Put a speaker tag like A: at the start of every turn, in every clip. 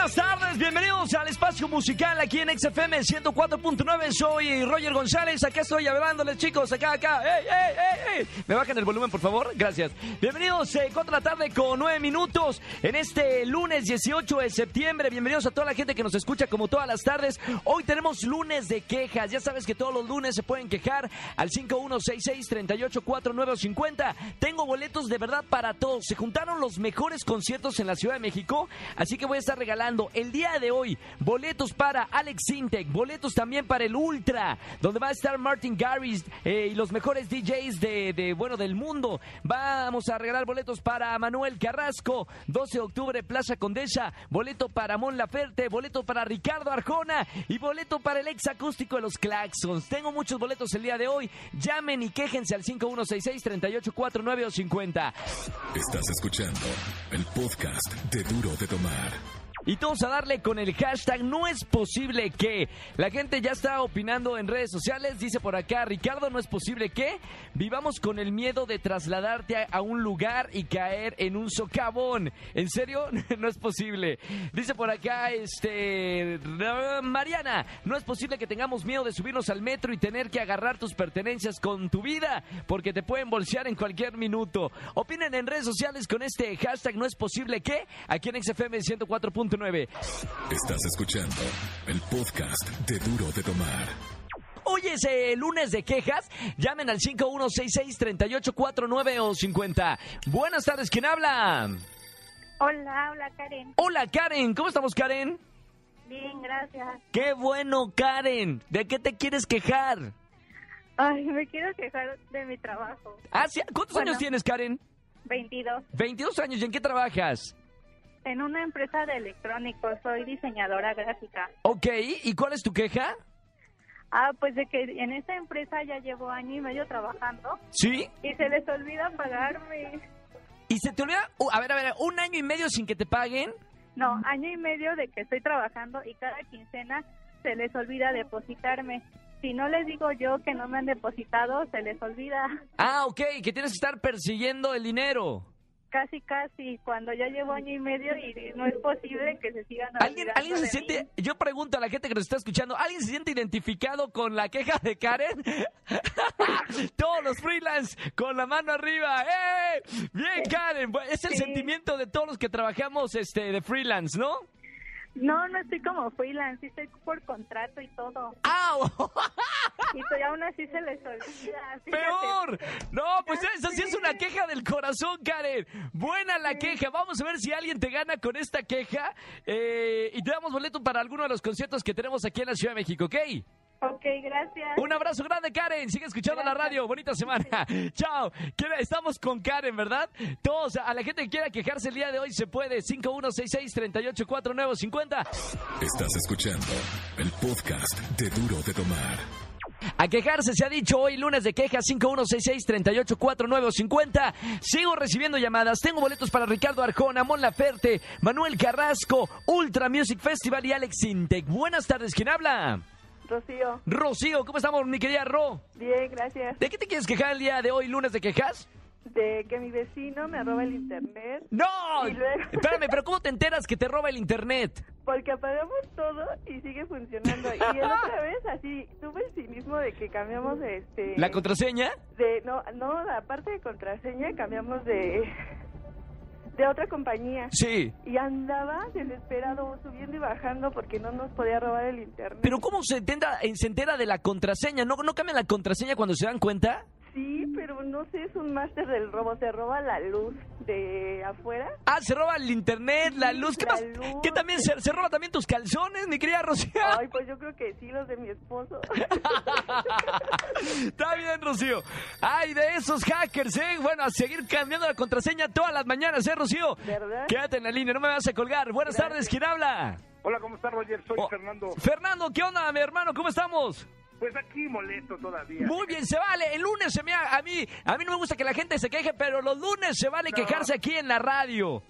A: Buenas tardes, bienvenidos al espacio musical aquí en XFM 104.9. Soy Roger González, acá estoy hablándoles, chicos, acá, acá. ¡Ey, ey, ey, ey! Me bajan el volumen, por favor, gracias. Bienvenidos eh, contra la tarde con nueve minutos en este lunes 18 de septiembre. Bienvenidos a toda la gente que nos escucha como todas las tardes. Hoy tenemos lunes de quejas, ya sabes que todos los lunes se pueden quejar al 5166-384950. Tengo boletos de verdad para todos. Se juntaron los mejores conciertos en la Ciudad de México, así que voy a estar regalando el día de hoy boletos para Alex Intec, boletos también para el Ultra, donde va a estar Martin Garrix eh, y los mejores DJs de, de, bueno del mundo. Vamos a regalar boletos para Manuel Carrasco, 12 de octubre, Plaza Condesa, boleto para Mon Laferte, boleto para Ricardo Arjona y boleto para el ex acústico de los Claxons. Tengo muchos boletos el día de hoy. Llamen y quéjense al 5166 3849 o 50.
B: Estás escuchando el podcast de Duro de Tomar.
A: Y todos a darle con el hashtag No es posible que. La gente ya está opinando en redes sociales. Dice por acá, Ricardo, no es posible que vivamos con el miedo de trasladarte a, a un lugar y caer en un socavón. ¿En serio? No es posible. Dice por acá, este. Mariana, no es posible que tengamos miedo de subirnos al metro y tener que agarrar tus pertenencias con tu vida, porque te pueden bolsear en cualquier minuto. Opinen en redes sociales con este hashtag No es posible que. Aquí en XFM 104.
B: Estás escuchando el podcast de Duro de Tomar.
A: Hoy es eh, lunes de quejas. Llamen al 5166-3849 o 50. Buenas tardes, ¿quién habla?
C: Hola, hola Karen.
A: Hola Karen, ¿cómo estamos Karen?
C: Bien, gracias.
A: Qué bueno Karen. ¿De qué te quieres quejar?
C: Ay, me quiero quejar de mi trabajo.
A: ¿Ah, sí? ¿Cuántos
C: Bueno.
A: años tienes Karen?
C: 22.
A: 22 años, ¿y en qué trabajas?
C: En una empresa de electrónicos, soy diseñadora gráfica.
A: Ok, ¿y cuál es tu queja?
C: Ah, pues de que en esa empresa ya llevo año y medio trabajando
A: ¿Sí?
C: y se les olvida pagarme.
A: ¿Y se te olvida? Uh, a ver, a ver, un año y medio sin que te paguen.
C: No, año y medio de que estoy trabajando y cada quincena se les olvida depositarme. Si no les digo yo que no me han depositado, se les olvida.
A: Ah, ok, que tienes que estar persiguiendo el dinero.
C: Casi, casi, cuando ya llevo año y medio y no es posible que se sigan
A: ¿Alguien,
C: olvidando
A: ¿Alguien se
C: de mí.
A: siente, yo pregunto a la gente que nos está escuchando, ¿alguien se siente identificado con la queja de Karen? todos los freelance con la mano arriba. ¡Eh! Bien, Karen. Bu- Es el
C: Sí.
A: sentimiento de todos los que trabajamos este, de freelance, ¿no?
C: No, no estoy como freelance, sí estoy por contrato y todo.
A: ¡Au!
C: Y soy- aún así se les olvida. fíjate.
A: ¡Peor! No, pues
C: Ya
A: esa sí es
C: sé.
A: una queja del corazón, Karen. Buena la queja. Vamos a ver si alguien te gana con esta queja. eh, y te damos boleto para alguno de los conciertos que tenemos aquí en la Ciudad de México, ¿ok?
C: Ok, gracias.
A: Un abrazo grande, Karen. Sigue escuchando la
C: Gracias.
A: radio. Bonita semana. Chao. ¿Quién- Estamos con Karen, ¿verdad? Todos, a la gente que quiera quejarse el día de hoy se puede. 5166-384950.
B: Estás escuchando el podcast de Duro de Tomar.
A: A quejarse se ha dicho hoy, lunes de quejas, 5166-384950. Sigo recibiendo llamadas. Tengo boletos para Ricardo Arjona, Mon Laferte, Manuel Carrasco, Ultra Music Festival y Alex Intec. Buenas tardes. ¿Quién habla?
C: Rocío,
A: Rocío, ¿cómo estamos, mi querida Ro?
C: bien, gracias.
A: ¿De qué te quieres quejar el día de hoy, lunes de quejas?
C: De que mi vecino me roba el internet
A: ¡No!
C: Y luego-
A: Espérame, pero ¿cómo te enteras que te roba el internet?
C: porque apagamos todo y sigue funcionando. Y la otra vez así tuve el cinismo de que cambiamos este...
A: ¿La contraseña?
C: de no, no, la parte de contraseña cambiamos de... De otra compañía.
A: Sí.
C: Y andaba desesperado subiendo y bajando porque no nos podía robar el internet.
A: Pero ¿cómo se entera, eh, se entera de la contraseña? ¿No, ¿No cambian la contraseña cuando se dan cuenta?
C: Sí, pero no sé, es un máster del robo. Se roba la luz de afuera.
A: Ah, se roba el internet, la luz. ¿Qué
C: La
A: más?
C: luz.
A: ¿Qué también se, se roba también tus calzones, mi querida Rocío?
C: Ay, pues yo creo que sí, los de mi esposo.
A: Está bien, Rocío. Ay, de esos hackers, ¿eh? Bueno, a seguir cambiando la contraseña todas las mañanas, ¿eh, Rocío?
C: ¿Verdad?
A: Quédate en la línea, no me vas a colgar. Buenas
C: Gracias.
A: tardes, ¿quién habla?
D: Hola, ¿cómo estás, Roger? Soy
A: Oh,
D: Fernando.
A: Fernando, ¿qué onda, mi hermano? ¿Cómo estamos?
D: Pues aquí molesto todavía.
A: Muy bien, se vale. El lunes se me ha- a mí a mí no me gusta que la gente se queje, pero los lunes se vale
D: No.
A: quejarse aquí en la radio.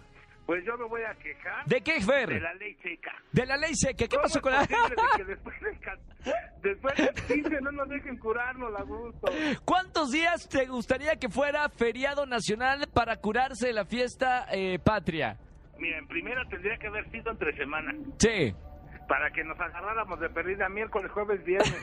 D: Pues yo me voy a quejar
A: ¿De qué, Fer?
D: de la ley checa.
A: De la ley seca. ¿Qué
D: ¿Cómo
A: pasó
D: es
A: con la
D: posible de que después del, ca- Después del 15 no nos dejen curarnos a gusto.
A: ¿Cuántos días te gustaría que fuera feriado nacional para curarse de la fiesta eh, patria?
D: Mira, en primera tendría que haber sido entre semanas.
A: Sí.
D: para que nos agarráramos de perdida miércoles, jueves, viernes.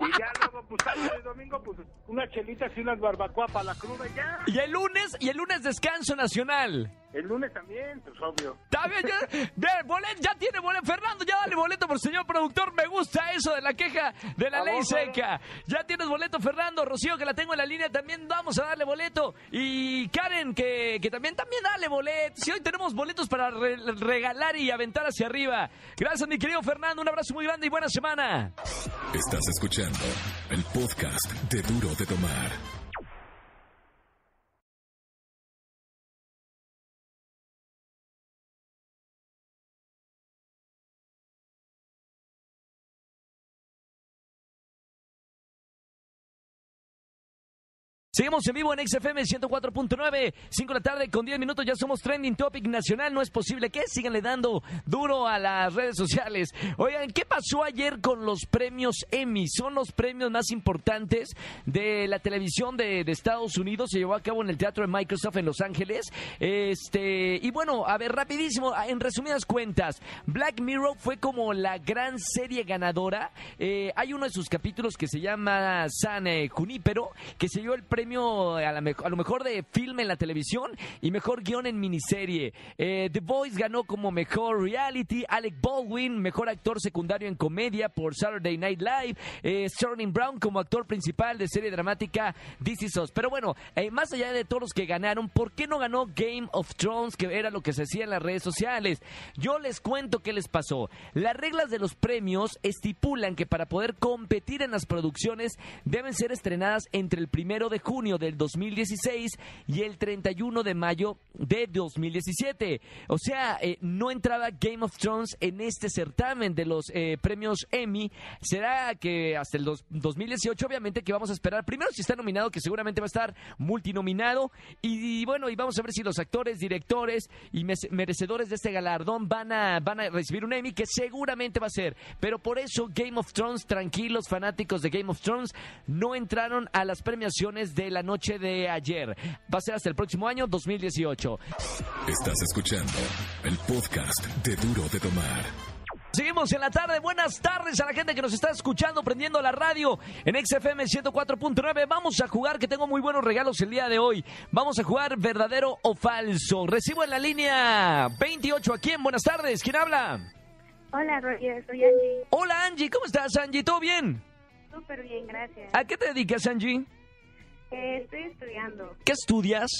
D: y ya luego, pues sábado y domingo, pues unas chelitas y unas barbacoa para la cruda y ya.
A: Y el lunes, y el lunes descanso nacional.
D: El lunes también, pues obvio.
A: Está bien, ya, ve, bolet- ya tiene boleto. Fernando, ya dale boleto por señor productor. Me gusta eso de la queja de la ley
D: Vamos, Fernando.
A: seca. Ya tienes boleto, Fernando. Rocío, que la tengo en la línea, también vamos a darle boleto. Y Karen, que, que también, también dale boleto. Si hoy tenemos boletos para re- regalar y aventar hacia arriba. Gracias, mi querido Fernando. Un abrazo muy grande y buena semana.
B: Estás escuchando el podcast de Duro de Tomar.
A: Seguimos en vivo en XFM 104.9, 5 de la tarde con 10 minutos, ya somos trending topic nacional, no es posible que síganle dando duro a las redes sociales. Oigan, ¿qué pasó ayer con los premios Emmy? Son los premios más importantes de la televisión de, de Estados Unidos, se llevó a cabo en el Teatro de Microsoft en Los Ángeles. Este, y bueno, a ver, rapidísimo, en resumidas cuentas, Black Mirror fue como la gran serie ganadora. Eh, hay uno de sus capítulos que se llama San eh, Junípero, que se dio el premio a, la me- a lo mejor de filme en la televisión y mejor guión en miniserie. Eh, The Voice ganó como mejor reality, Alec Baldwin, mejor actor secundario en comedia por Saturday Night Live, eh, Sterling Brown como actor principal de serie dramática This Is Us. Pero bueno, eh, más allá de todos los que ganaron, ¿por qué no ganó Game of Thrones, que era lo que se hacía en las redes sociales? Yo les cuento qué les pasó. Las reglas de los premios estipulan que para poder competir en las producciones deben ser estrenadas entre el primero de junio del 2016 y el 31 de mayo de 2017. O sea, eh, no entraba Game of Thrones en este certamen de los eh, premios Emmy. Será que hasta el dos- 2018, obviamente, que vamos a esperar primero si está nominado, que seguramente va a estar multinominado. Y, y bueno, y vamos a ver si los actores, directores y mes- merecedores de este galardón van a, van a recibir un Emmy, que seguramente va a ser. Pero por eso Game of Thrones, tranquilos fanáticos de Game of Thrones, no entraron a las premiaciones de la noche de ayer. Va a ser hasta el próximo año, 2018.
B: Estás escuchando el podcast de Duro de Tomar.
A: Seguimos en la tarde. Buenas tardes a la gente que nos está escuchando, prendiendo la radio en XFM 104.9. Vamos a jugar, que tengo muy buenos regalos el día de hoy. Vamos a jugar verdadero o falso. Recibo en la línea 28 a quién. Buenas tardes. ¿Quién habla?
C: Hola, Roger, soy Angie.
A: Hola Angie, ¿cómo estás Angie? ¿Todo bien?
C: Súper bien, gracias.
A: ¿A qué te dedicas Angie?
C: Eh, estoy estudiando
A: ¿Qué estudias?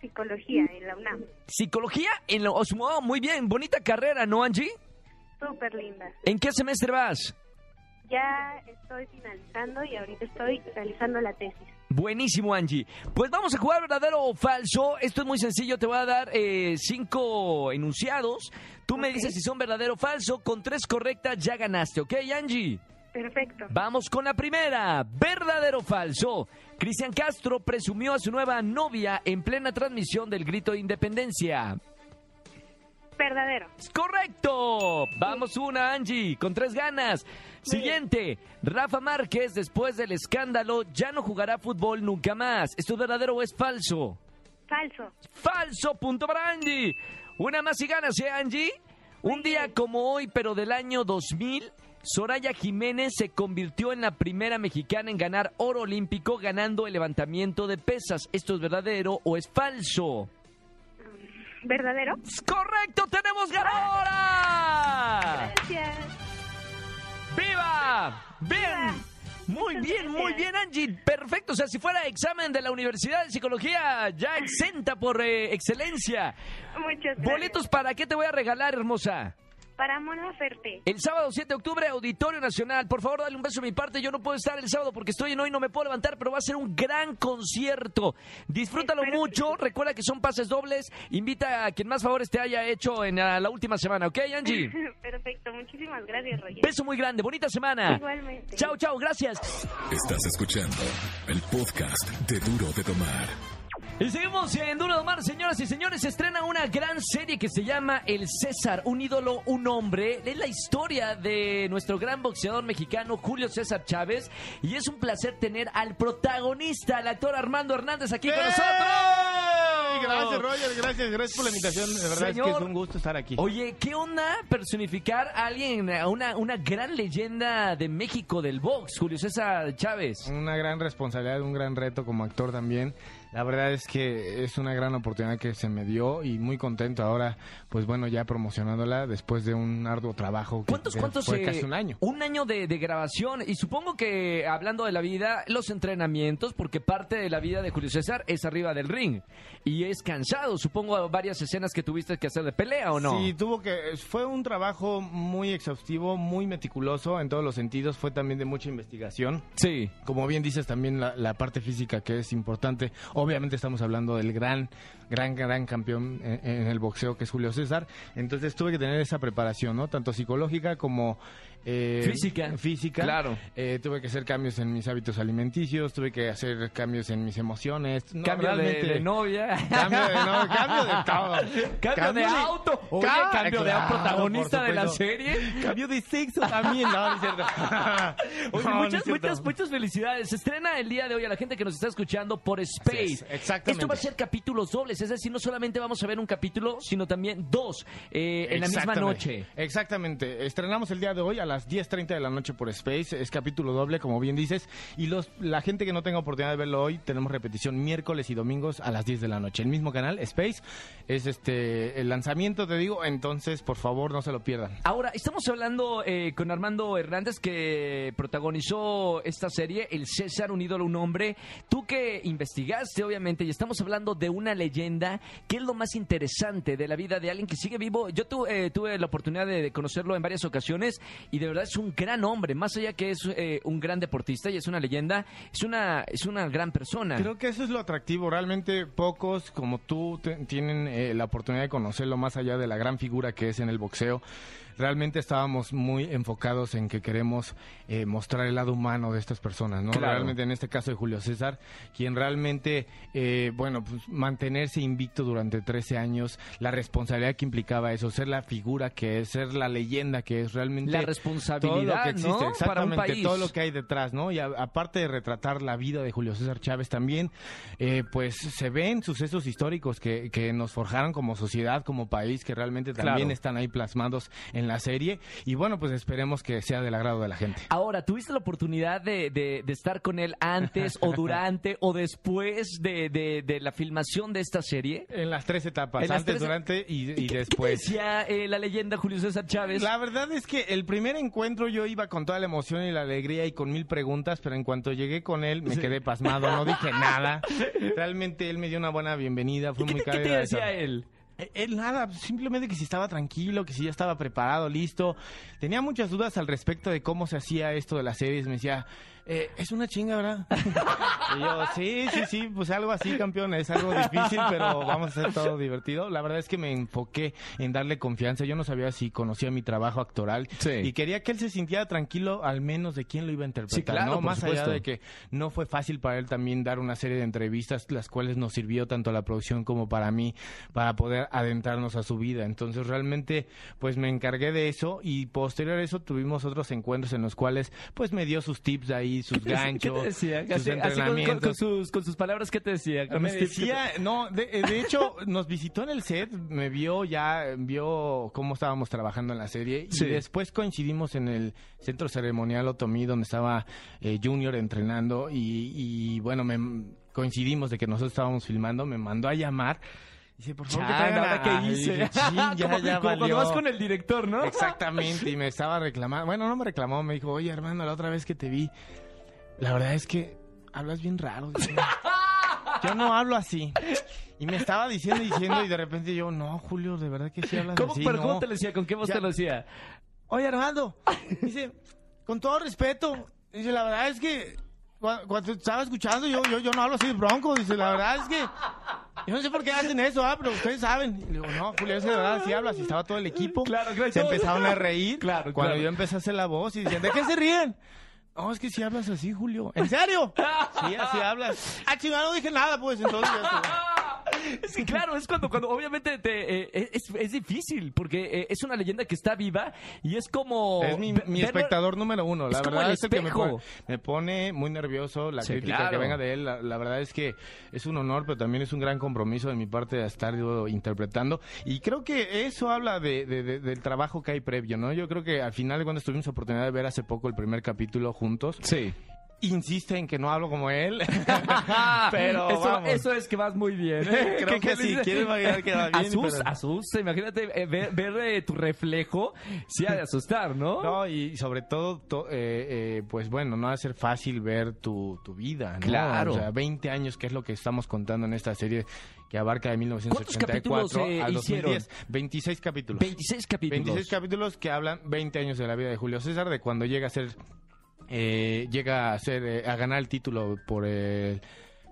C: psicología en la UNAM.
A: Psicología en la Osmo. Oh, muy bien, bonita carrera, ¿no Angie?
C: Súper linda.
A: ¿En qué semestre vas?
C: Ya estoy finalizando y ahorita estoy realizando la tesis.
A: Buenísimo, Angie. Pues vamos a jugar verdadero o falso. Esto es muy sencillo. Te voy a dar eh, cinco enunciados. Tú me
C: Ok.
A: dices si son verdadero o falso. Con tres correctas ya ganaste, ¿ok, Angie?
C: Perfecto.
A: Vamos con la primera. Verdadero o falso. Cristian Castro presumió a su nueva novia en plena transmisión del grito de independencia.
C: Verdadero.
A: Es correcto. Vamos una, Angie, con tres ganas. Siguiente. Rafa Márquez, después del escándalo, ya no jugará fútbol nunca más. ¿Esto es verdadero o es falso?
C: Falso.
A: Falso, punto para Angie. Una más y ganas, ¿eh, Angie? Un día como hoy, pero del año 2000, Soraya Jiménez se convirtió en la primera mexicana en ganar oro olímpico ganando el levantamiento de pesas. ¿Esto es verdadero o es falso?
C: ¿Verdadero?
A: Es correcto, tenemos ganadora.
C: Gracias.
A: ¡Viva! ¡Bien! Muy
C: Muchas
A: bien, muy
C: gracias.
A: bien, Angie. Perfecto. O sea, si fuera examen de la Universidad de Psicología, ya exenta por eh, excelencia.
C: Muchas gracias.
A: ¿Boletos para qué te voy a regalar, hermosa?
C: Para Mon Laferte.
A: El sábado 7 de octubre, Auditorio Nacional. Por favor, dale un beso a mi parte. Yo no puedo estar el sábado porque estoy en hoy, no me puedo levantar, pero va a ser un gran concierto. Disfrútalo
C: Espero que
A: mucho. Recuerda que son pases dobles. Invita a quien más favores te haya hecho en ah, la última semana, ¿ok, Angie? Pues-
C: Perfecto. Muchísimas gracias, Roger.
A: Beso muy grande. Bonita semana.
C: Igualmente.
A: Chao, chao. Gracias.
B: Estás escuchando el podcast de Duro de Tomar.
A: Y seguimos en Duro de Omar, señoras y señores. Se estrena una gran serie que se llama El César, un ídolo, un hombre. Es la historia de nuestro gran boxeador mexicano Julio César Chávez. Y es un placer tener al protagonista, al actor Armando Hernández, aquí con
E: ¡Ey!
A: nosotros.
E: Gracias, Roger. Gracias, gracias por la invitación. De verdad es
A: Señor.
E: que es un gusto estar aquí.
A: Oye, ¿qué onda personificar a alguien, a una, una gran leyenda de México del box, Julio César Chávez?
E: Una gran responsabilidad, un gran reto como actor también. La verdad es que es una gran oportunidad que se me dio y muy contento ahora, pues bueno, ya promocionándola después de un arduo trabajo que
A: ¿Cuántos,
E: de-
A: cuántos?
E: fue
A: eh,
E: casi un año.
A: Un año de, de grabación. Y supongo que, hablando de la vida, los entrenamientos, porque parte de la vida de Julio César es arriba del ring. Y es cansado. Supongo varias escenas que tuviste que hacer de pelea, ¿o no?
E: Sí, tuvo que fue un trabajo muy exhaustivo, muy meticuloso en todos los sentidos, fue también de mucha investigación.
A: Sí.
E: Como bien dices también la, la parte física que es importante. Obviamente estamos hablando del gran, gran, gran campeón en, en el boxeo que es Julio César. Entonces tuve que tener esa preparación, ¿no? Tanto psicológica como eh,
A: Física.
E: Física.
A: Claro.
E: Eh, tuve que hacer cambios en mis hábitos alimenticios, tuve que hacer cambios en mis emociones. No,
A: Cambio de,
E: realmente-
A: de novia.
E: Cambio de, no, cambio de todo.
A: Cambio, de auto. Oye,
E: Ca-
A: cambio de
E: claro,
A: protagonista
E: por
A: de la
E: supuesto.
A: serie.
E: Cambio de sexo también, no, no es cierto.
A: Oye,
E: No, no es
A: muchas,
E: cierto.
A: muchas, muchas felicidades. Se estrena el día de hoy a la gente que nos está escuchando por Space.
E: es, exactamente.
A: Esto va a ser capítulos dobles, es decir, no solamente vamos a ver un capítulo, sino también dos eh, en la misma
E: Exactamente.
A: noche.
E: Exactamente. Estrenamos el día de hoy a las 10.30 de la noche por Space. Es capítulo doble, como bien dices. Y los, la gente que no tenga oportunidad de verlo hoy, tenemos repetición miércoles y domingos a las 10 de la noche. El mismo canal, Space, es este el lanzamiento, te digo. Entonces, por favor, no se lo pierdan.
A: Ahora, estamos hablando eh, con Armando Hernández que protagonizó esta serie, El César, un ídolo, un hombre. Tú que investigaste, obviamente, y estamos hablando de una leyenda. ¿Qué es lo más interesante de la vida de alguien que sigue vivo? Yo tu- eh, tuve la oportunidad de, de conocerlo en varias ocasiones y de verdad es un gran hombre. Más allá que es eh, un gran deportista y es una leyenda, es una, es una gran persona.
E: Creo que eso es lo atractivo. Realmente pocos como tú te- tienen eh, la oportunidad de conocerlo más allá de la gran figura que es en el boxeo. Realmente estábamos muy enfocados en que queremos eh, mostrar el lado humano de estas personas, ¿no?
A: Claro.
E: Realmente en este caso de Julio César, quien realmente, eh, bueno, pues, mantenerse invicto durante 13 años, la responsabilidad que implicaba eso, ser la figura que es, ser la leyenda que es, realmente
A: La
E: todo lo
A: responsabilidad,
E: que existe,
A: ¿no?
E: exactamente,
A: Para un país.
E: todo lo que hay detrás, ¿no? Y a- aparte de retratar la vida de Julio César Chávez también, eh, pues se ven sucesos históricos que, que nos forjaron como sociedad, como país, que realmente también
A: Claro.
E: están ahí plasmados en la serie. Y bueno, pues esperemos que sea del agrado de la gente.
A: Ahora, ¿tuviste la oportunidad de, de- de estar con él antes o durante o después de, de- de la filmación de esta serie?
E: En las tres etapas,
A: En las
E: antes,
A: tres-
E: durante y, y
A: ¿Qué-
E: después.
A: ¿Qué te decía eh, la leyenda Julio César Chávez?
E: La verdad es que el primer encuentro yo iba con toda la emoción y la alegría y con mil preguntas, pero en cuanto llegué con él me quedé pasmado, no dije nada. Realmente él me dio una buena bienvenida,
A: ¿Y
E: fue
A: qué,
E: muy
A: te- qué
E: cálido.
A: te decía él?
E: Él Eh, nada, simplemente que si estaba tranquilo, que si ya estaba preparado, listo. Tenía muchas dudas al respecto de cómo se hacía esto de las series. Me decía, eh, es una chinga, ¿verdad? y yo, sí, sí, sí, pues algo así, campeón. Es algo difícil, pero vamos a hacer todo divertido. La verdad es que me enfoqué en darle confianza. Yo no sabía si conocía mi trabajo actoral.
A: Sí.
E: Y quería que él se sintiera tranquilo, al menos de quién lo iba a interpretar.
A: Sí, claro,
E: ¿no?
A: por
E: Más
A: supuesto.
E: allá de que no fue fácil para él también dar una serie de entrevistas, las cuales nos sirvió tanto a la producción como para mí, para poder adentrarnos a su vida. Entonces realmente, pues me encargué de eso y posterior a eso tuvimos otros encuentros en los cuales, pues me dio sus tips ahí, sus
A: ¿Qué te- ¿Qué
E: ganchos,
A: te decía? Así-
E: sus
A: así con- con,
E: entrenamientos. Pues
A: con sus, con sus palabras, ¿qué te decía? Con este mis
E: Me
A: tips, ¿qué te-
E: decía, no, de, eh, de hecho, nos visitó en el set, me vio ya, vio cómo estábamos trabajando en la serie
A: Sí.
E: y después coincidimos en el centro ceremonial Otomí donde estaba eh, Junior entrenando y, y, bueno, me coincidimos de que nosotros estábamos filmando, me mandó a llamar. Dice, por favor, que
A: Chale,
E: traigan
A: ahora
E: a-
A: qué
E: y
A: hice.
E: dije, "Chin, ya,
A: como
E: ya
A: como cuando
E: valió".
A: vas con el director, ¿no?
E: Exactamente, y me estaba reclamando. Bueno, no me reclamó, me dijo, oye, hermano, la otra vez que te vi, la verdad es que hablas bien raro. dice. Yo no hablo así. Y me estaba diciendo, diciendo, y de repente yo, no, Julio, de verdad que sí hablas
A: ¿Cómo,
E: así.
A: pero
E: no".
A: cómo te lo decía? ¿Con qué voz
E: Ya.
A: te lo decía?
E: Oye, Armando, dice, con todo respeto, dice, la verdad es que cua- cuando te estaba escuchando, yo, yo, yo no hablo así de bronco, dice, la verdad es que yo no sé por qué hacen eso, ah, pero ustedes saben. Y le digo, no, Julio, es que de verdad sí hablas, y estaba todo el equipo.
A: Claro, claro,
E: Se
A: todo.
E: empezaron a reír.
A: Claro,
E: Cuando
A: claro.
E: yo empecé a hacer la voz y decían, ¿de qué se ríen? No, es que si hablas así, Julio. ¿En serio? Sí, así hablas. Ah, chingada, no dije nada, pues, entonces. ya estuvo.
A: Es que claro, es cuando, cuando obviamente te, eh, es, es difícil, porque eh, es una leyenda que está viva y es como...
E: Es mi,
A: ver-
E: mi
A: verlo-
E: espectador número uno. La
A: es como
E: verdad
A: el
E: es el que me
A: espejo.
E: pone, me pone muy nervioso la
A: Sí,
E: crítica que
A: claro.
E: venga de él. La, la verdad es que es un honor, pero también es un gran compromiso de mi parte de estar yo interpretando. Y creo que eso habla de, de- de- del trabajo que hay previo, ¿no? Yo creo que al final de cuando tuvimos oportunidad de ver hace poco el primer capítulo juntos,
A: Sí.
E: insiste en que no hablo como él.
A: pero
E: Pero
A: Ah, eso,
E: vamos.
A: eso es que vas muy bien. ¿eh?
E: Creo que sí,
A: dice?
E: quiero imaginar que va bien,
A: Asusta,
E: pero-
A: asusta. Imagínate eh, ver, ver, eh, tu reflejo, sí ha de asustar, ¿no?
E: No, y sobre todo, to- eh, eh, pues bueno, no va a ser fácil ver tu, tu vida, ¿no?
A: Claro.
E: O sea, 20 años, que es lo que estamos contando en esta serie que abarca de
A: ¿Cuántos
E: 1984
A: capítulos, eh,
E: al 2010.
A: hicieron?
E: 26 capítulos.
A: 26 capítulos.
E: 26 capítulos que hablan 20 años de la vida de Julio César, de cuando llega a ser, eh, llega a ser, eh, a ganar el título por el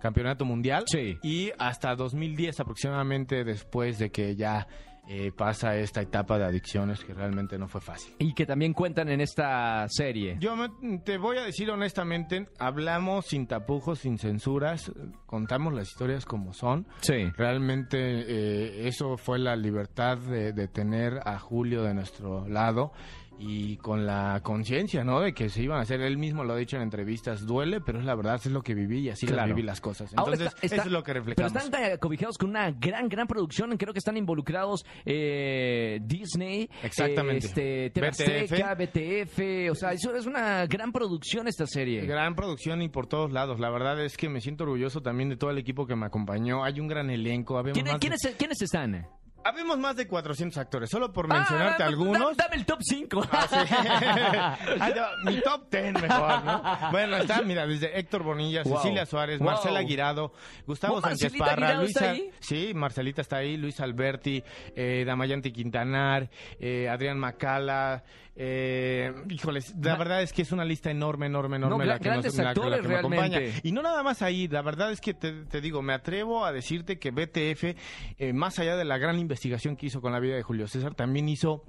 E: campeonato mundial.
A: Sí.
E: Y hasta 2010 aproximadamente, después de que ya eh, pasa esta etapa de adicciones que realmente no fue fácil.
A: Y que también cuentan en esta serie.
E: Yo me- te voy a decir honestamente, hablamos sin tapujos, sin censuras, contamos las historias como son.
A: Sí.
E: Realmente eh, eso fue la libertad de, de tener a Julio de nuestro lado y con la conciencia, ¿no? De que se iban a hacer, él mismo lo ha dicho en entrevistas, duele, pero es la verdad, es lo que viví y así las
A: Claro.
E: viví las cosas.
A: Ahora
E: Entonces,
A: está- está-
E: eso es lo que reflejamos.
A: Pero están eh, cobijados con una gran, gran producción. Creo que están involucrados eh, Disney,
E: Exactamente.
A: eh, este, TV
E: BTF.
A: Azteca, BTF. O sea, eso es una gran producción esta serie.
E: Gran producción y por todos lados. La verdad es que me siento orgulloso también de todo el equipo que me acompañó. Hay un gran elenco. habemos
A: ¿Quién-
E: más de-
A: ¿quiénes, ¿Quiénes están?
E: Habemos más de 400 actores, solo por mencionarte
A: Ah, Dame,
E: algunos.
A: dame el top 5.
E: Ah, no, Mi top 10 mejor, ¿no? Bueno, está, mira, desde Héctor Bonilla,
A: Wow.
E: Cecilia Suárez,
A: Wow.
E: Marcela Guirado, Gustavo
A: Oh,
E: Sánchez
A: Marcelita
E: Parra,
A: Guirado está
E: Luisa.
A: ahí.
E: Sí, Marcelita está ahí, Luis Alberti, eh, Damayanti Quintanar, eh, Adrián Macala. eh, híjoles, la
A: Ma-
E: verdad es que es una lista enorme, enorme, enorme
A: gra-
E: la que, nos-
A: grandes
E: la- la
A: actores
E: que me acompaña.
A: realmente.
E: Y no nada más ahí, la verdad es que te, te digo, me atrevo a decirte que BTF, eh, más allá de la gran investigación que hizo con la vida de Julio César, también hizo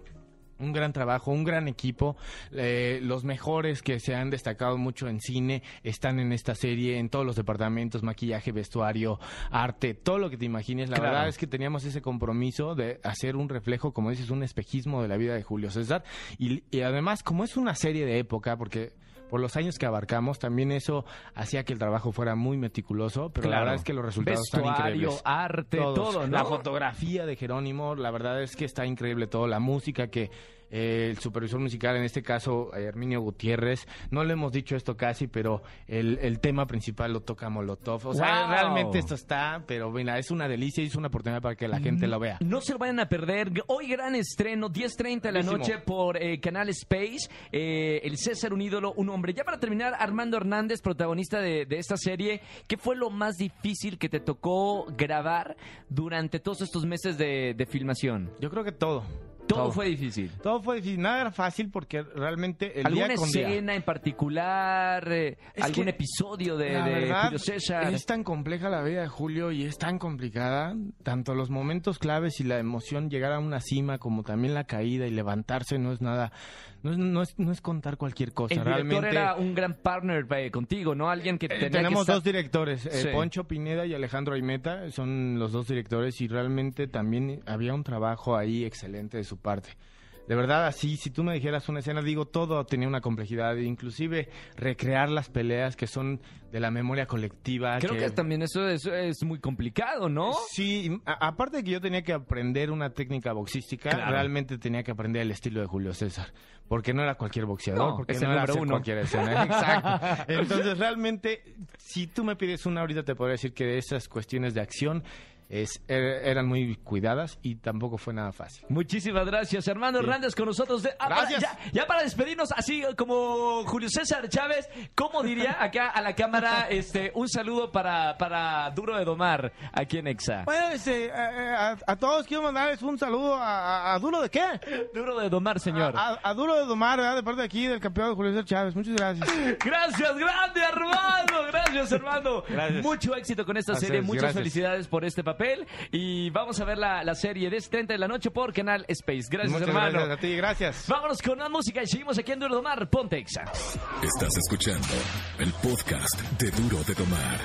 E: un gran trabajo, un gran equipo. Eh, los mejores que se han destacado mucho en cine están en esta serie, en todos los departamentos, maquillaje, vestuario, arte, todo lo que te imagines. La
A: Claro.
E: verdad es que teníamos ese compromiso de hacer un reflejo, como dices, un espejismo de la vida de Julio César. Y, y además, como es una serie de época, porque... Por los años que abarcamos, también eso hacía que el trabajo fuera muy meticuloso, pero la
A: Claro.
E: verdad es que los resultados están
A: Vestuario,
E: increíbles.
A: arte,
E: Todos.
A: todo, ¿no?
E: La fotografía de Jerónimo, la verdad es que está increíble todo. La música que eh, el supervisor musical, en este caso eh, Herminio Gutiérrez, no le hemos dicho esto casi, pero el, el tema principal lo toca Molotov. O sea,
A: ¡Wow!
E: realmente esto está, pero mira, es una delicia y es una oportunidad para que la gente lo vea.
A: No se lo vayan a perder. Hoy gran estreno, 10.30 de la
E: Buenísimo.
A: noche por eh, Canal Space. eh, el César, un ídolo, un hombre. Ya para terminar, Armando Hernández, protagonista de, de esta serie. ¿Qué fue lo más difícil que te tocó grabar durante todos estos meses de, de filmación?
E: Yo creo que todo.
A: Todo, fue difícil.
E: Todo fue difícil. Nada era fácil porque realmente el
A: ¿Alguna
E: día con día.
A: escena en particular? eh,
E: Es
A: ¿Algún
E: que
A: episodio de,
E: La
A: de
E: verdad,
A: Julio César?
E: Es tan compleja la vida de Julio y es tan complicada, tanto los momentos claves y la emoción llegar a una cima como también la caída y levantarse no es nada, no es, no es, no es contar cualquier cosa.
A: El director
E: Realmente
A: era un gran partner eh, contigo, ¿no? Alguien que
E: eh,
A: tenía
E: tenemos
A: que estar-
E: dos directores, eh,
A: Sí.
E: Poncho Pineda y Alejandro Aimeta, son los dos directores y realmente también había un trabajo ahí excelente de su parte. De verdad, así, si tú me dijeras una escena, digo, todo tenía una complejidad, inclusive recrear las peleas que son de la memoria colectiva.
A: Creo que también eso es, es muy complicado, ¿no?
E: Sí, a- aparte de que yo tenía que aprender una técnica boxística,
A: Claro.
E: realmente tenía que aprender el estilo de Julio César, porque no era cualquier boxeador,
A: No,
E: porque
A: es
E: no
A: el
E: era
A: número
E: hacer
A: uno.
E: cualquier escena. Exacto. Entonces, realmente, si tú me pides una ahorita, te podría decir que de esas cuestiones de acción es- er- eran muy cuidadas y tampoco fue nada fácil.
A: Muchísimas gracias, Armando Hernández, con nosotros. De, Ah, para-
E: Gracias.
A: ya, ya para despedirnos, así como Julio César Chávez, ¿cómo diría acá a la cámara este un saludo para, para Duro de Domar aquí en Exa?
E: Bueno, este, a, a- a todos quiero mandarles un saludo a, a- a Duro de qué?
A: Duro de Domar, señor.
E: A, a Duro de Domar, ¿verdad? De parte de aquí, del campeón de Julio César Chávez. Muchas gracias.
A: Gracias, grande Armando. Gracias, Armando.
E: Gracias.
A: Mucho éxito con esta
E: Gracias,
A: serie. Muchas
E: gracias.
A: felicidades por este papel. papel. Y vamos a ver la, la serie de 30 de la noche por Canal Space. Gracias,
F: Muchas
A: hermano.
F: gracias a ti, gracias.
A: Vámonos con más música y seguimos aquí en Duro de Mar, Ponte Exa.
B: Estás escuchando el podcast de Duro de Tomar.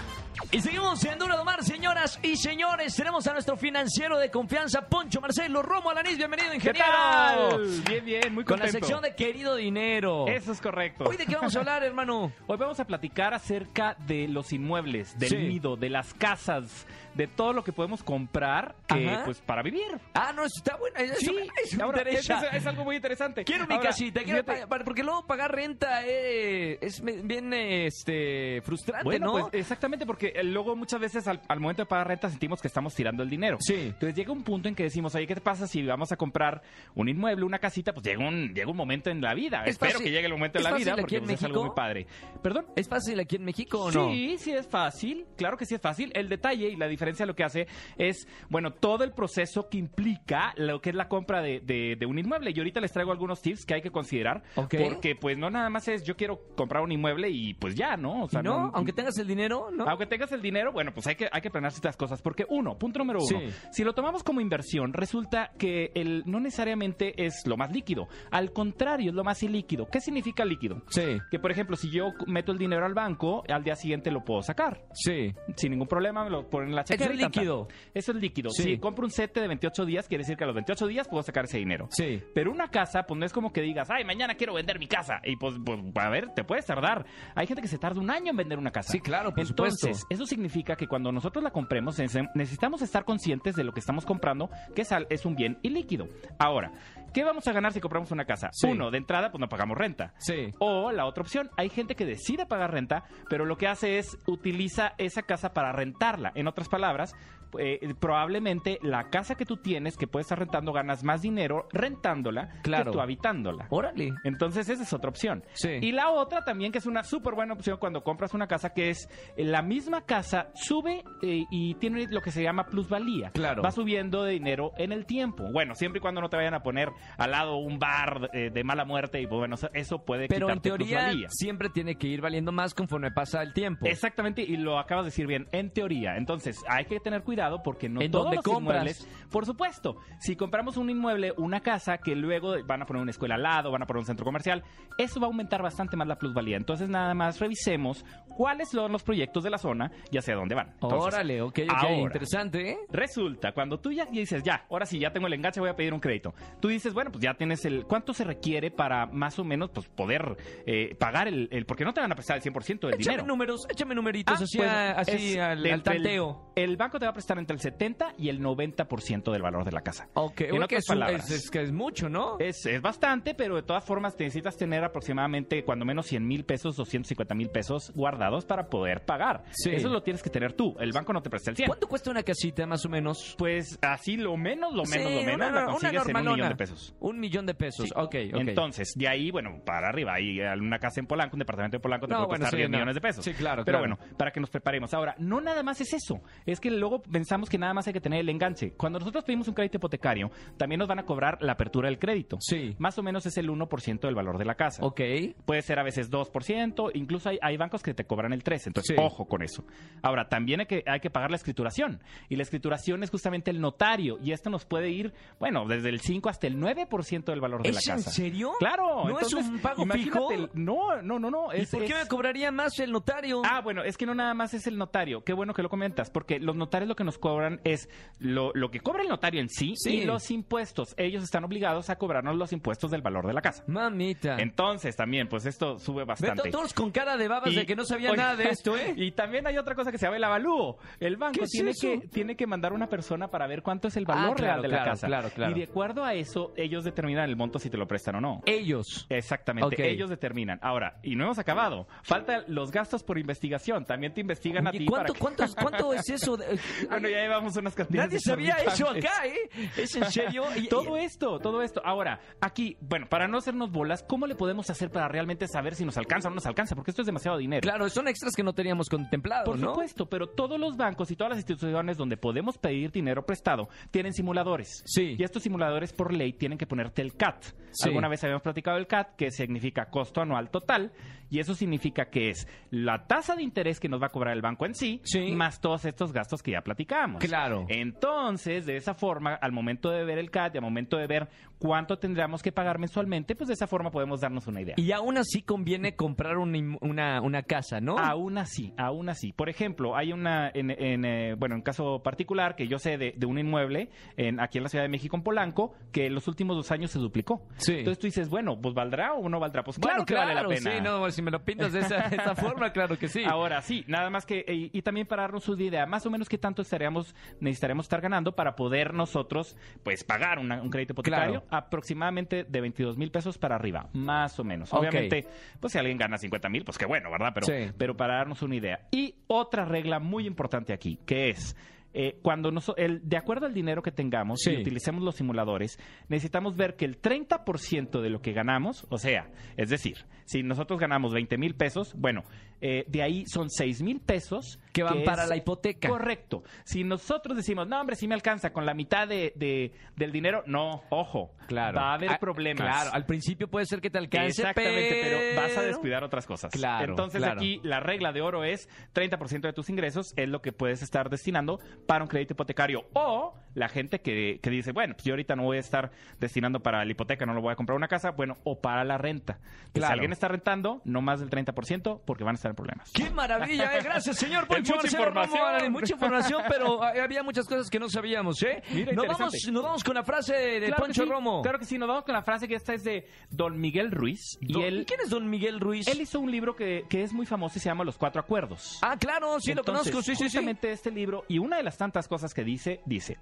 A: Y seguimos en Duro de Mar, señoras y señores. Tenemos a nuestro financiero de confianza, Poncho Marcelo Romo Alanís. Bienvenido,
E: ¿Qué
A: ingeniero.
E: tal? Bien, bien, muy contento.
A: Con la sección de Querido Dinero.
E: Eso es correcto.
A: Hoy de qué vamos a hablar, hermano.
E: Hoy vamos a platicar acerca de los inmuebles, del
A: Sí.
E: nido, de las casas, de todo lo que podemos comprar que,
A: Ajá.
E: pues, para vivir.
A: Ah, no, eso está bueno. Eso, eso me
E: ahora,
A: interesa.
E: es, es algo muy interesante.
A: Quiero mi
E: Ahora,
A: casita, quiero
E: fíjate,
A: pa- pa- porque luego pagar renta eh, es me- bien eh, este frustrante,
E: Bueno,
A: ¿no?
E: pues exactamente, porque eh, luego muchas veces al, al momento de pagar renta sentimos que estamos tirando el dinero.
A: Sí.
E: Entonces llega un punto en que decimos, oye, ¿qué te pasa si vamos a comprar un inmueble, una casita? Pues llega un, llega un momento en la vida.
A: Es
E: Espero
A: fácil.
E: que llegue el momento
A: ¿Es
E: en la
A: fácil
E: vida,
A: aquí
E: porque
A: en
E: pues, es algo
A: México?
E: muy padre. ¿Perdón?
A: ¿Es fácil aquí en México o no?
E: Sí, sí es fácil, claro que sí es fácil. El detalle y la diferencia lo que hace es, bueno, todo el proceso que implica lo que es la compra de, de- de un inmueble. Y ahorita les traigo algunos tips que hay que considerar.
A: Ok.
E: Porque pues no nada más es yo quiero comprar un inmueble y pues ya, ¿no? Ah, O
A: ¿Y no? Aunque tengas el dinero, ¿no?
E: Aunque tengas el dinero, bueno, pues hay que, hay que planear ciertas cosas. Porque uno, punto número uno,
A: Sí.
E: si lo tomamos como inversión, resulta que el no necesariamente es lo más líquido. Al contrario, es lo más ilíquido. ¿Qué significa líquido?
A: Sí,
E: Que por ejemplo, si yo meto el dinero al banco, al día siguiente lo puedo sacar.
A: sí.
E: Sin ningún problema, me lo ponen en la chequera.
A: Eso es
E: y tan, tan.
A: líquido.
E: Eso es líquido.
A: Sí.
E: Si compro un set de 28 días, quiere decir que a los 28 días puedo sacar ese dinero.
A: Sí.
E: Pero una casa, pues no es como que digas, ay, mañana quiero vender mi casa. Y pues, pues, a ver, te puedes tardar. Hay gente que se tarda un año en vender una casa.
A: Sí, claro, por
E: Entonces,
A: supuesto.
E: eso significa que cuando nosotros la compremos, nece- necesitamos estar conscientes de lo que estamos comprando, que es al- es un bien ilíquido. Ahora, ¿qué vamos a ganar si compramos una casa?
A: Sí.
E: Uno, de entrada, pues no pagamos renta.
A: Sí.
E: O la otra opción, hay gente que decide pagar renta, pero lo que hace es utiliza esa casa para rentarla. En otras palabras, eh, probablemente la casa que tú tienes, que puedes estar rentando, ganas más dinero rentándola
A: Claro.
E: que tú habitándola.
A: Órale.
E: Entonces esa es otra opción.
A: Sí.
E: Y la otra también que es una súper buena opción cuando compras una casa que es eh, la misma casa sube eh, y tiene lo que se llama plusvalía.
A: Claro.
E: Va subiendo de dinero en el tiempo. Bueno, siempre y cuando no te vayan a poner al lado un bar eh, de mala muerte y pues, bueno, eso- eso puede
A: Pero en
E: quitarte
A: teoría
E: plusvalía.
A: siempre tiene que ir valiendo más conforme pasa el tiempo.
E: Exactamente, y lo acabas de decir bien, en teoría. Entonces, hay que tener cuidado porque no
A: ¿En
E: todos
A: dónde
E: los
A: compras?
E: inmuebles, por supuesto, si compramos un inmueble, una casa que luego van a poner una escuela al lado, van a poner un centro comercial, eso va a aumentar bastante más la plusvalía. Entonces, nada más revisemos cuáles son los proyectos de la zona y hacia dónde van. Entonces,
A: Órale, ok, ok,
E: ahora,
A: interesante, ¿eh?
E: Resulta, cuando tú ya dices, ya, ahora sí, ya tengo el enganche, voy a pedir un crédito. Tú dices, bueno, pues ya tienes el... ¿Cuánto se requiere para más o menos pues, poder eh, pagar el, el- Porque no te van a prestar el 100% del
A: Échame
E: dinero.
A: números, échame numeritos
E: Ah,
A: así,
E: bueno,
A: a- así
E: es
A: al,
E: del-
A: al tanteo.
E: del- el banco te va a prestar entre el 70 y el 90% del valor de la casa.
A: Ok,
E: En
A: bueno, que
E: otras
A: es, un-
E: palabras, Eh,
A: es- es que es mucho, ¿no?
E: es, es bastante, pero de todas formas te necesitas tener aproximadamente cuando menos 100 mil pesos o 150 mil pesos guardados para poder pagar.
A: Sí.
E: Eso lo tienes que tener tú. El banco no te presta el 100.
A: ¿Cuánto cuesta una casita, más o menos?
E: Pues así lo menos, lo menos,
A: Sí,
E: lo menos
A: una-
E: la
A: una
E: consigues en un
A: normalona.
E: millón de pesos.
A: Un millón de pesos,
E: Sí.
A: ok, ok.
E: Entonces, de ahí, bueno, para arriba. Hay una casa en Polanco, un departamento de Polanco te
A: No,
E: puede
A: bueno,
E: costar
A: sí,
E: 10
A: no.
E: millones de pesos.
A: Sí, claro,
E: Pero
A: claro.
E: bueno, para que nos preparemos. Ahora, no nada más es eso. Es que luego pensamos que nada más hay que tener el enganche. Cuando nosotros pedimos un crédito hipotecario, también nos van a cobrar la apertura del crédito.
A: Sí.
E: Más o menos es el 1% del valor de la casa.
A: Ok,
E: Puede ser a veces 2%, incluso hay, hay bancos que te cobran el 3%, entonces
A: Sí.
E: ojo con eso. Ahora, también hay que, hay que pagar la escrituración, y la escrituración es justamente el notario, y esto nos puede ir, bueno, desde el 5 hasta el 9% del valor de la
A: ¿Es
E: casa.
A: en serio?
E: Claro.
A: ¿No es
E: entonces,
A: un pago
E: imagínate
A: fijo?
E: el- no, no, no, no.
A: ¿Y
E: es-
A: por qué
E: es-
A: me cobraría más el notario?
E: Ah, bueno, es que no nada más es el notario. Qué bueno que lo comentas, porque los notarios lo que nos cobran es lo, lo que cobra el notario en sí,
A: Sí.
E: y los impuestos. Ellos están obligados a cobrarnos los impuestos del valor de la casa.
A: Mamita.
E: Entonces, también, pues esto sube
A: Ve
E: bastante.
A: to- todos con cara de babas de que no sabía
E: oye,
A: nada de esto, ¿eh?
E: Y también hay otra cosa que se llama el avalúo. El
A: ¿Qué
E: banco
A: es
E: tiene
A: eso?
E: que tiene que mandar una persona para ver cuánto es el valor
A: Ah, claro,
E: real de la
A: claro,
E: casa.
A: claro, claro.
E: Y de acuerdo a eso, ellos determinan el monto si te lo prestan o no.
A: Ellos.
E: Exactamente,
A: Ok.
E: ellos determinan. Ahora, y no hemos acabado. Faltan los gastos por investigación. También te investigan a
A: Oye,
E: ti
A: ¿cuánto,
E: para que-
A: cuántos- ¿Cuánto es eso? De-
E: Bueno, ya llevamos unas cantidades.
A: Nadie sabía eso
E: exorbitantes.
A: acá, ¿eh? ¿Es en serio? Y-
E: Todo esto, todo esto. Ahora, aquí, bueno, para no hacernos bolas, ¿cómo le podemos hacer para realmente saber si nos alcanza o no nos alcanza? Porque esto es demasiado dinero.
A: Claro, son extras que no teníamos contemplado,
E: Por
A: ¿no?
E: supuesto, pero todos los bancos y todas las instituciones donde podemos pedir dinero prestado tienen simuladores.
A: Sí.
E: Y estos simuladores por ley tienen que ponerte el CAT.
A: Sí.
E: Alguna vez habíamos platicado el CAT, que significa costo anual total, y eso significa que es la tasa de interés que nos va a cobrar el banco en sí,
A: Sí.
E: más todos estos gastos que ya platicamos.
A: Claro.
E: Entonces, de esa forma, al momento de ver el CAT y al momento de ver cuánto tendríamos que pagar mensualmente, pues de esa forma podemos darnos una idea.
A: Y aún así conviene comprar una, im- una, una casa, ¿no?
E: Aún así, aún así. Por ejemplo, hay una, en, en, eh, bueno, en caso particular que yo sé de, de un inmueble en, aquí en la Ciudad de México, en Polanco, que en los últimos dos años se duplicó.
A: Sí.
E: Entonces tú dices, bueno, pues valdrá o no valdrá. Pues claro
A: Bueno,
E: que vale la pena.
A: Sí, no, si me lo pintas de esa, de esa forma, claro que sí.
E: Ahora sí, nada más que, eh, y, y también para darnos una idea, más o menos qué tanto estaríamos, necesitaremos estar ganando para poder nosotros, pues, pagar una- un crédito hipotecario,
A: Claro.
E: aproximadamente de 22 mil pesos para arriba, más o menos.
A: Ok.
E: Obviamente, pues si alguien gana 50 mil, pues qué bueno, ¿verdad? Pero,
A: Sí.
E: pero para darnos una idea. Y otra regla muy importante aquí, que es... eh, cuando nos, el, de acuerdo al dinero que tengamos
A: Sí.
E: y utilicemos los simuladores, necesitamos ver que el 30% de lo que ganamos, o sea, es decir, si nosotros ganamos 20 mil pesos, bueno, eh, de ahí son 6 mil pesos
A: Que van para
E: es-
A: la hipoteca.
E: Correcto. Si nosotros decimos, no, hombre, si me alcanza con la mitad de, de- del dinero, no, ojo,
A: Claro.
E: va a haber
A: Ah,
E: problemas.
A: Claro, al principio puede ser que te alcance,
E: Exactamente, pero... vas a
A: pero-
E: descuidar otras cosas.
A: Claro,
E: Entonces
A: claro.
E: aquí la regla de oro es 30% de tus ingresos es lo que puedes estar destinando para un crédito hipotecario. O la gente que, que dice, bueno, pues yo ahorita no voy a estar destinando para la hipoteca, no lo voy a comprar una casa, bueno, o para la renta. Que
A: Claro.
E: Si alguien está rentando, no más del 30% porque van a estar en problemas.
A: ¡Qué maravilla! eh! Gracias, señor Poncho.
E: Es mucha
A: Marcelo Romo.
E: información.
A: Mucha información, pero ah, había muchas cosas que no sabíamos, ¿eh?
E: Mira,
A: nos, vamos,
E: interesante.
A: nos vamos con la frase de
E: Claro que
A: Poncho
E: sí,
A: Romo.
E: Claro que sí, nos vamos con la frase que esta es de Don Miguel Ruiz. Y
A: Don-
E: él,
A: quién es don Miguel Ruiz?
E: él hizo un libro que, que es muy famoso y se llama Los Cuatro Acuerdos.
A: Ah, claro, sí lo
E: Entonces,
A: conozco, sí, sí, sí.
E: justamente este libro y una de las tantas cosas que dice, dice,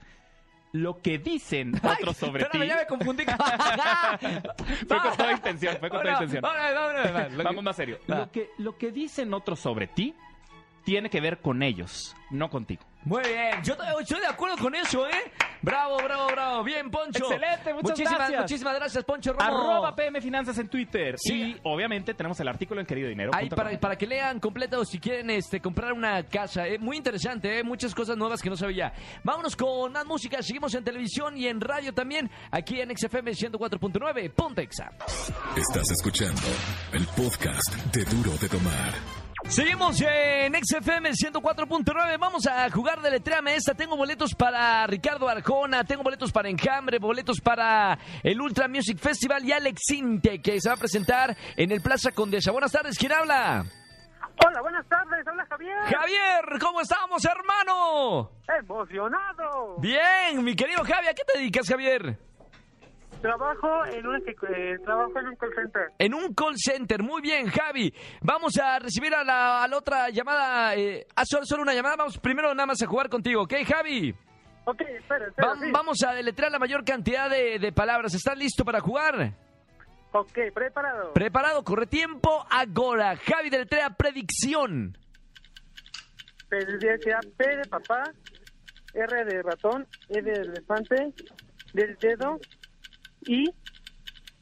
E: lo que dicen
A: Ay,
E: otros sobre ti...
A: espérame, ya me confundí. Ah.
E: Fue con toda intención, fue con toda
A: Ahora,
E: intención.
A: ahora, ahora, ahora, lo que- Ah.
E: Vamos más serio.
A: Va.
E: Lo que, lo que dicen otros sobre ti tiene que ver con ellos, no contigo.
A: Muy bien, yo t- estoy de acuerdo con eso, ¿eh? Bravo, bravo, bravo. Bien, Poncho.
E: Excelente, muchas
A: muchísimas,
E: gracias.
A: Muchísimas gracias, Poncho Romo.
E: Arroba PM Finanzas en Twitter.
A: Sí.
E: Y obviamente tenemos el artículo en querido dinero.
A: Ahí para, para que lean completo si quieren este, comprar una casa. Eh, muy interesante, eh, muchas cosas nuevas que no sabía. Vámonos con más música. Seguimos en televisión y en radio también. Aquí en XFM 104.9. Pontexa.
B: Estás escuchando el podcast de Duro de Tomar.
A: Seguimos en XFM 104.9. Vamos a jugar de letreame esta. Tengo boletos para Ricardo Arjona, tengo boletos para Enjambre, boletos para el Ultra Music Festival y Alex Sinte, que se va a presentar en el Plaza Condesa. Buenas tardes, ¿quién habla?
G: Hola, buenas tardes, hola Javier.
A: Javier, ¿cómo estamos, hermano?
G: Emocionado.
A: Bien, mi querido Javi, ¿a qué te dedicas, Javier?
G: Trabajo en un eh, trabajo en un call center.
A: En un call center. Muy bien, Javi. Vamos a recibir a la, a la otra llamada. Eh, ah, solo, solo una llamada. Vamos primero nada más a jugar contigo, ¿ok, Javi?
G: Ok, espera, espera.
A: Va-
G: sí.
A: Vamos a deletrear la mayor cantidad de, de palabras. ¿Estás listo para jugar?
G: Ok, preparado.
A: Preparado, corre tiempo agora. Javi deletrea predicción.
G: P, P de papá, R de ratón, E de elefante, D de dedo, I,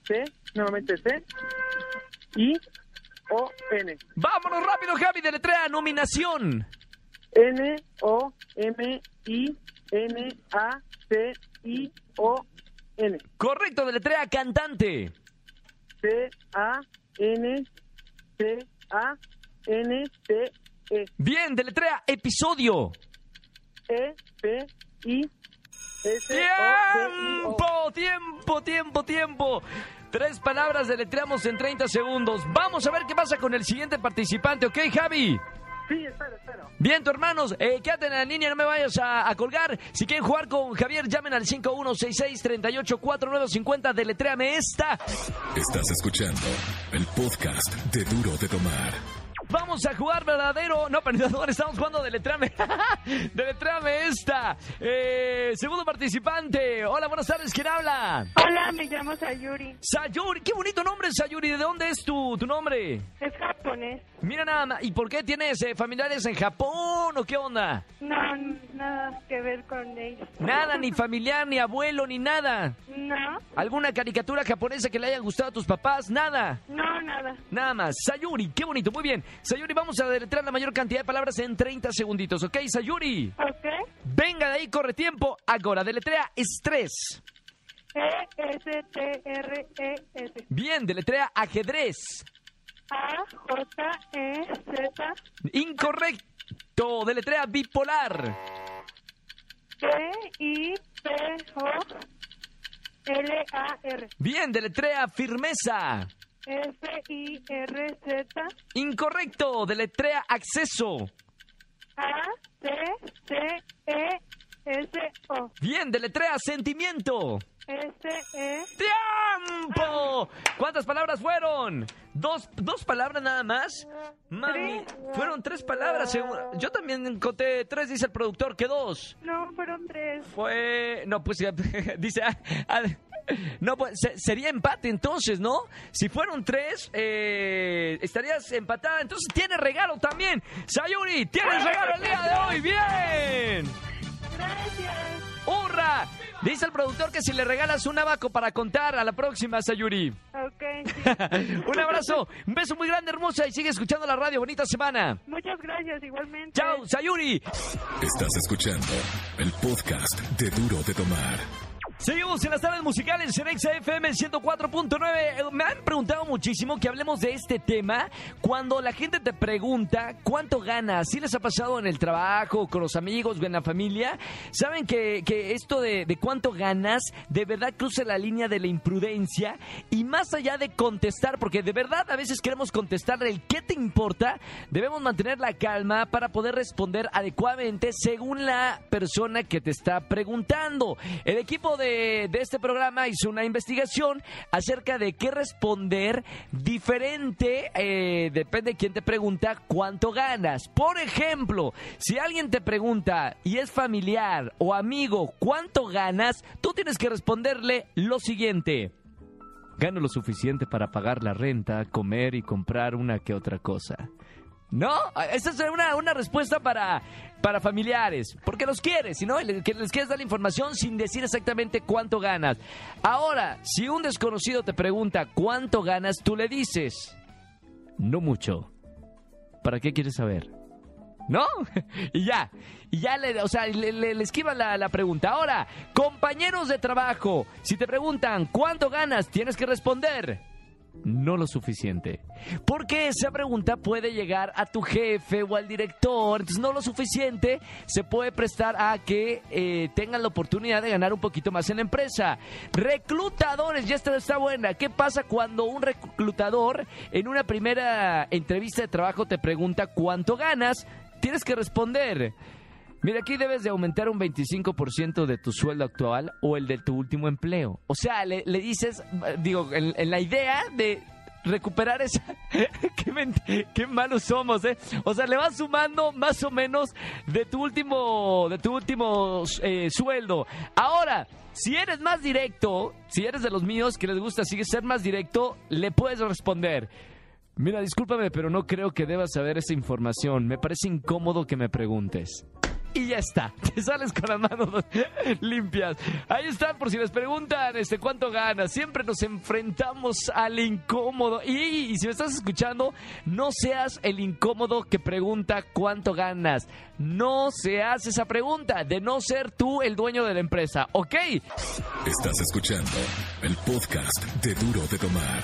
G: C, nuevamente C, I, O, N.
A: Vámonos rápido, Javi deletrea nominación.
G: N, O, M, I, N, A, C, I, O, N.
A: Correcto, deletrea cantante.
G: C, A, N, C, A, N, C, E,
A: Bien, deletrea episodio.
G: E, P, I, S, O, C, I, O.
A: Tiempo, tiempo, tiempo, tiempo. Tres palabras deletreamos en 30 segundos. Vamos a ver qué pasa con el siguiente participante, ¿ok, Javi?
G: Sí, espero, espero.
A: Bien, tu hermanos, eh, quédate en la línea, no me vayas a, a colgar. Si quieren jugar con Javier, llamen al 5166-384950, deletréame esta.
B: Estás escuchando el podcast de Duro de Tomar.
A: Vamos a jugar verdadero. No, perdón, estamos jugando deletréame. deletréame esta. Eh, segundo participante. Hola, buenas tardes, ¿quién habla?
H: Hola, me llamo Sayuri.
A: Sayuri, qué bonito nombre, Sayuri. ¿De dónde es tu, tu nombre?
H: Es japonés.
A: Mira nada más, ¿y por qué tienes eh, familiares en Japón o qué onda?
H: No, nada que ver con ellos.
A: Nada, ni familiar, ni abuelo, ni nada.
H: No,
A: ¿Alguna caricatura japonesa que le haya gustado a tus papás? Nada.
H: no, nada.
A: Nada más. Sayuri, qué bonito, muy bien. Sayuri, vamos a deletrear la mayor cantidad de palabras en 30 segunditos, ¿ok? Sayuri,
H: ¿Ok?
A: venga de ahí, corre tiempo. Ahora, deletrea estrés.
H: E, S, T, R, E, S.
A: Bien, deletrea ajedrez.
H: A, J, E, Z,
A: Incorrecto, deletrea bipolar.
C: T-I-P-O-L-A-R.
A: Bien, deletrea firmeza.
C: F-I-R-Z.
A: Incorrecto, deletrea acceso.
C: A C C E S O
A: Bien, deletrea sentimiento.
C: S E
A: ¡Tiempo! ¿Cuántas palabras fueron? ¿Dos, dos palabras nada más? Mami,
C: Tres.
A: fueron tres palabras. seguro. Yo también conté tres, dice el productor, que dos.
C: No, fueron tres.
A: Fue. No, pues dice. ah, ah, no, pues se- sería empate entonces, ¿no? Si fueron tres, eh, estarías empatada. Entonces tienes regalo también. Sayuri, tienes regalo el día de hoy. ¡Bien!
C: Gracias.
A: ¡Hurra! Dice el productor que si le regalas un abaco para contar a la próxima, Sayuri.
C: Ok, sí.
A: un abrazo, un beso muy grande, hermosa, y sigue escuchando la radio. Bonita semana.
C: Muchas gracias, igualmente.
A: ¡Chao, Sayuri!
B: Estás escuchando el podcast de Duro de Tomar.
A: Seguimos en las tardes musicales en XFM 104.9. Eh, Me han preguntado muchísimo que hablemos de este tema. Cuando la gente te pregunta cuánto ganas, si les ha pasado en el trabajo, con los amigos, en la familia, saben que, que esto de, de cuánto ganas de verdad cruza la línea de la imprudencia y más allá de contestar, porque de verdad a veces queremos contestar el qué te importa, debemos mantener la calma para poder responder adecuadamente según la persona que te está preguntando. El equipo de, de este programa hizo una investigación acerca de qué responder diferente, eh, depende de quién te pregunta cuánto ganas. Por ejemplo, si alguien te pregunta y es familiar o amigo cuánto ganas, tú tienes que responderle lo siguiente. Gano lo suficiente para pagar la renta, comer y comprar una que otra cosa. ¿No? Ah, Esa es una, una respuesta para, para familiares, porque los quieres, ¿no? Y le- que les quieres dar la información sin decir exactamente cuánto ganas. Ahora, si un desconocido te pregunta cuánto ganas, tú le dices, no mucho. ¿Para qué quieres saber? ¿No? Y ya, y ya le, o sea, le, le- le esquiva la, la pregunta. Ahora, compañeros de trabajo, si te preguntan cuánto ganas, tienes que responder. No lo suficiente. Porque esa pregunta puede llegar a tu jefe o al director. Entonces, no lo suficiente se puede prestar a que eh, tengan la oportunidad de ganar un poquito más en la empresa. Reclutadores, ya esta está buena. ¿Qué pasa cuando un reclutador en una primera entrevista de trabajo te pregunta cuánto ganas? Tienes que responder. Mira, aquí debes de aumentar un 25% de tu sueldo actual o el de tu último empleo. O sea, le, le dices, eh, digo, en, en la idea de recuperar esa... qué, men- qué malos somos, ¿eh? O sea, le vas sumando más o menos de tu último, de tu último eh, sueldo. Ahora, si eres más directo, si eres de los míos que les gusta sigue ser más directo, le puedes responder. Mira, discúlpame, pero no creo que debas saber esa información. Me parece incómodo que me preguntes. Y ya está, te sales con las manos limpias. Ahí están, por si les preguntan este, cuánto ganas. Siempre nos enfrentamos al incómodo. Y, y si me estás escuchando, no seas el incómodo que pregunta cuánto ganas. No seas esa pregunta, de no ser tú el dueño de la empresa, ¿ok?
B: Estás escuchando el podcast de Duro de Tomar.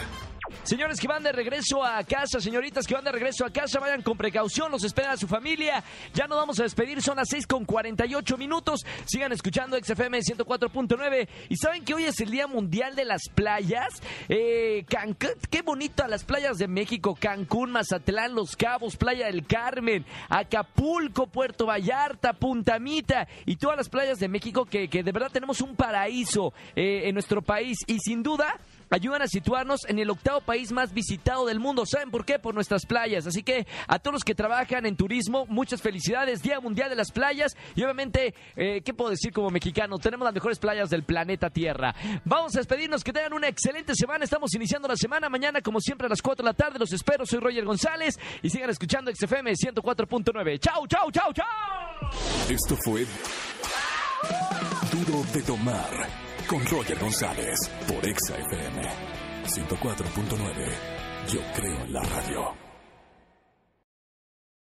A: Señores que van de regreso a casa, señoritas que van de regreso a casa, vayan con precaución, los espera su familia. Ya nos vamos a despedir, son las 6 con 48 minutos. Sigan escuchando XFM 104.9. Y saben que hoy es el Día Mundial de las Playas. Eh, Cancún, qué bonito a las playas de México, Cancún, Mazatlán, Los Cabos, Playa del Carmen, Acapulco, Puerto Vallarta, Puntamita y todas las playas de México que, que de verdad tenemos un paraíso eh, en nuestro país. Y sin duda ayudan a situarnos en el octavo país más visitado del mundo. ¿Saben por qué? Por nuestras playas. Así que a todos los que trabajan en turismo, muchas felicidades. Día Mundial de las Playas. Y obviamente, eh, ¿qué puedo decir como mexicano? Tenemos las mejores playas del planeta Tierra. Vamos a despedirnos. Que tengan una excelente semana. Estamos iniciando la semana. Mañana, como siempre, a las 4 de la tarde. Los espero. Soy Roger González. Y sigan escuchando XFM 104.9. ¡Chao, chao, chao, chao!
B: Esto fue Duro de Tomar con Roger González por Exa FM 104.9. Yo creo en la radio.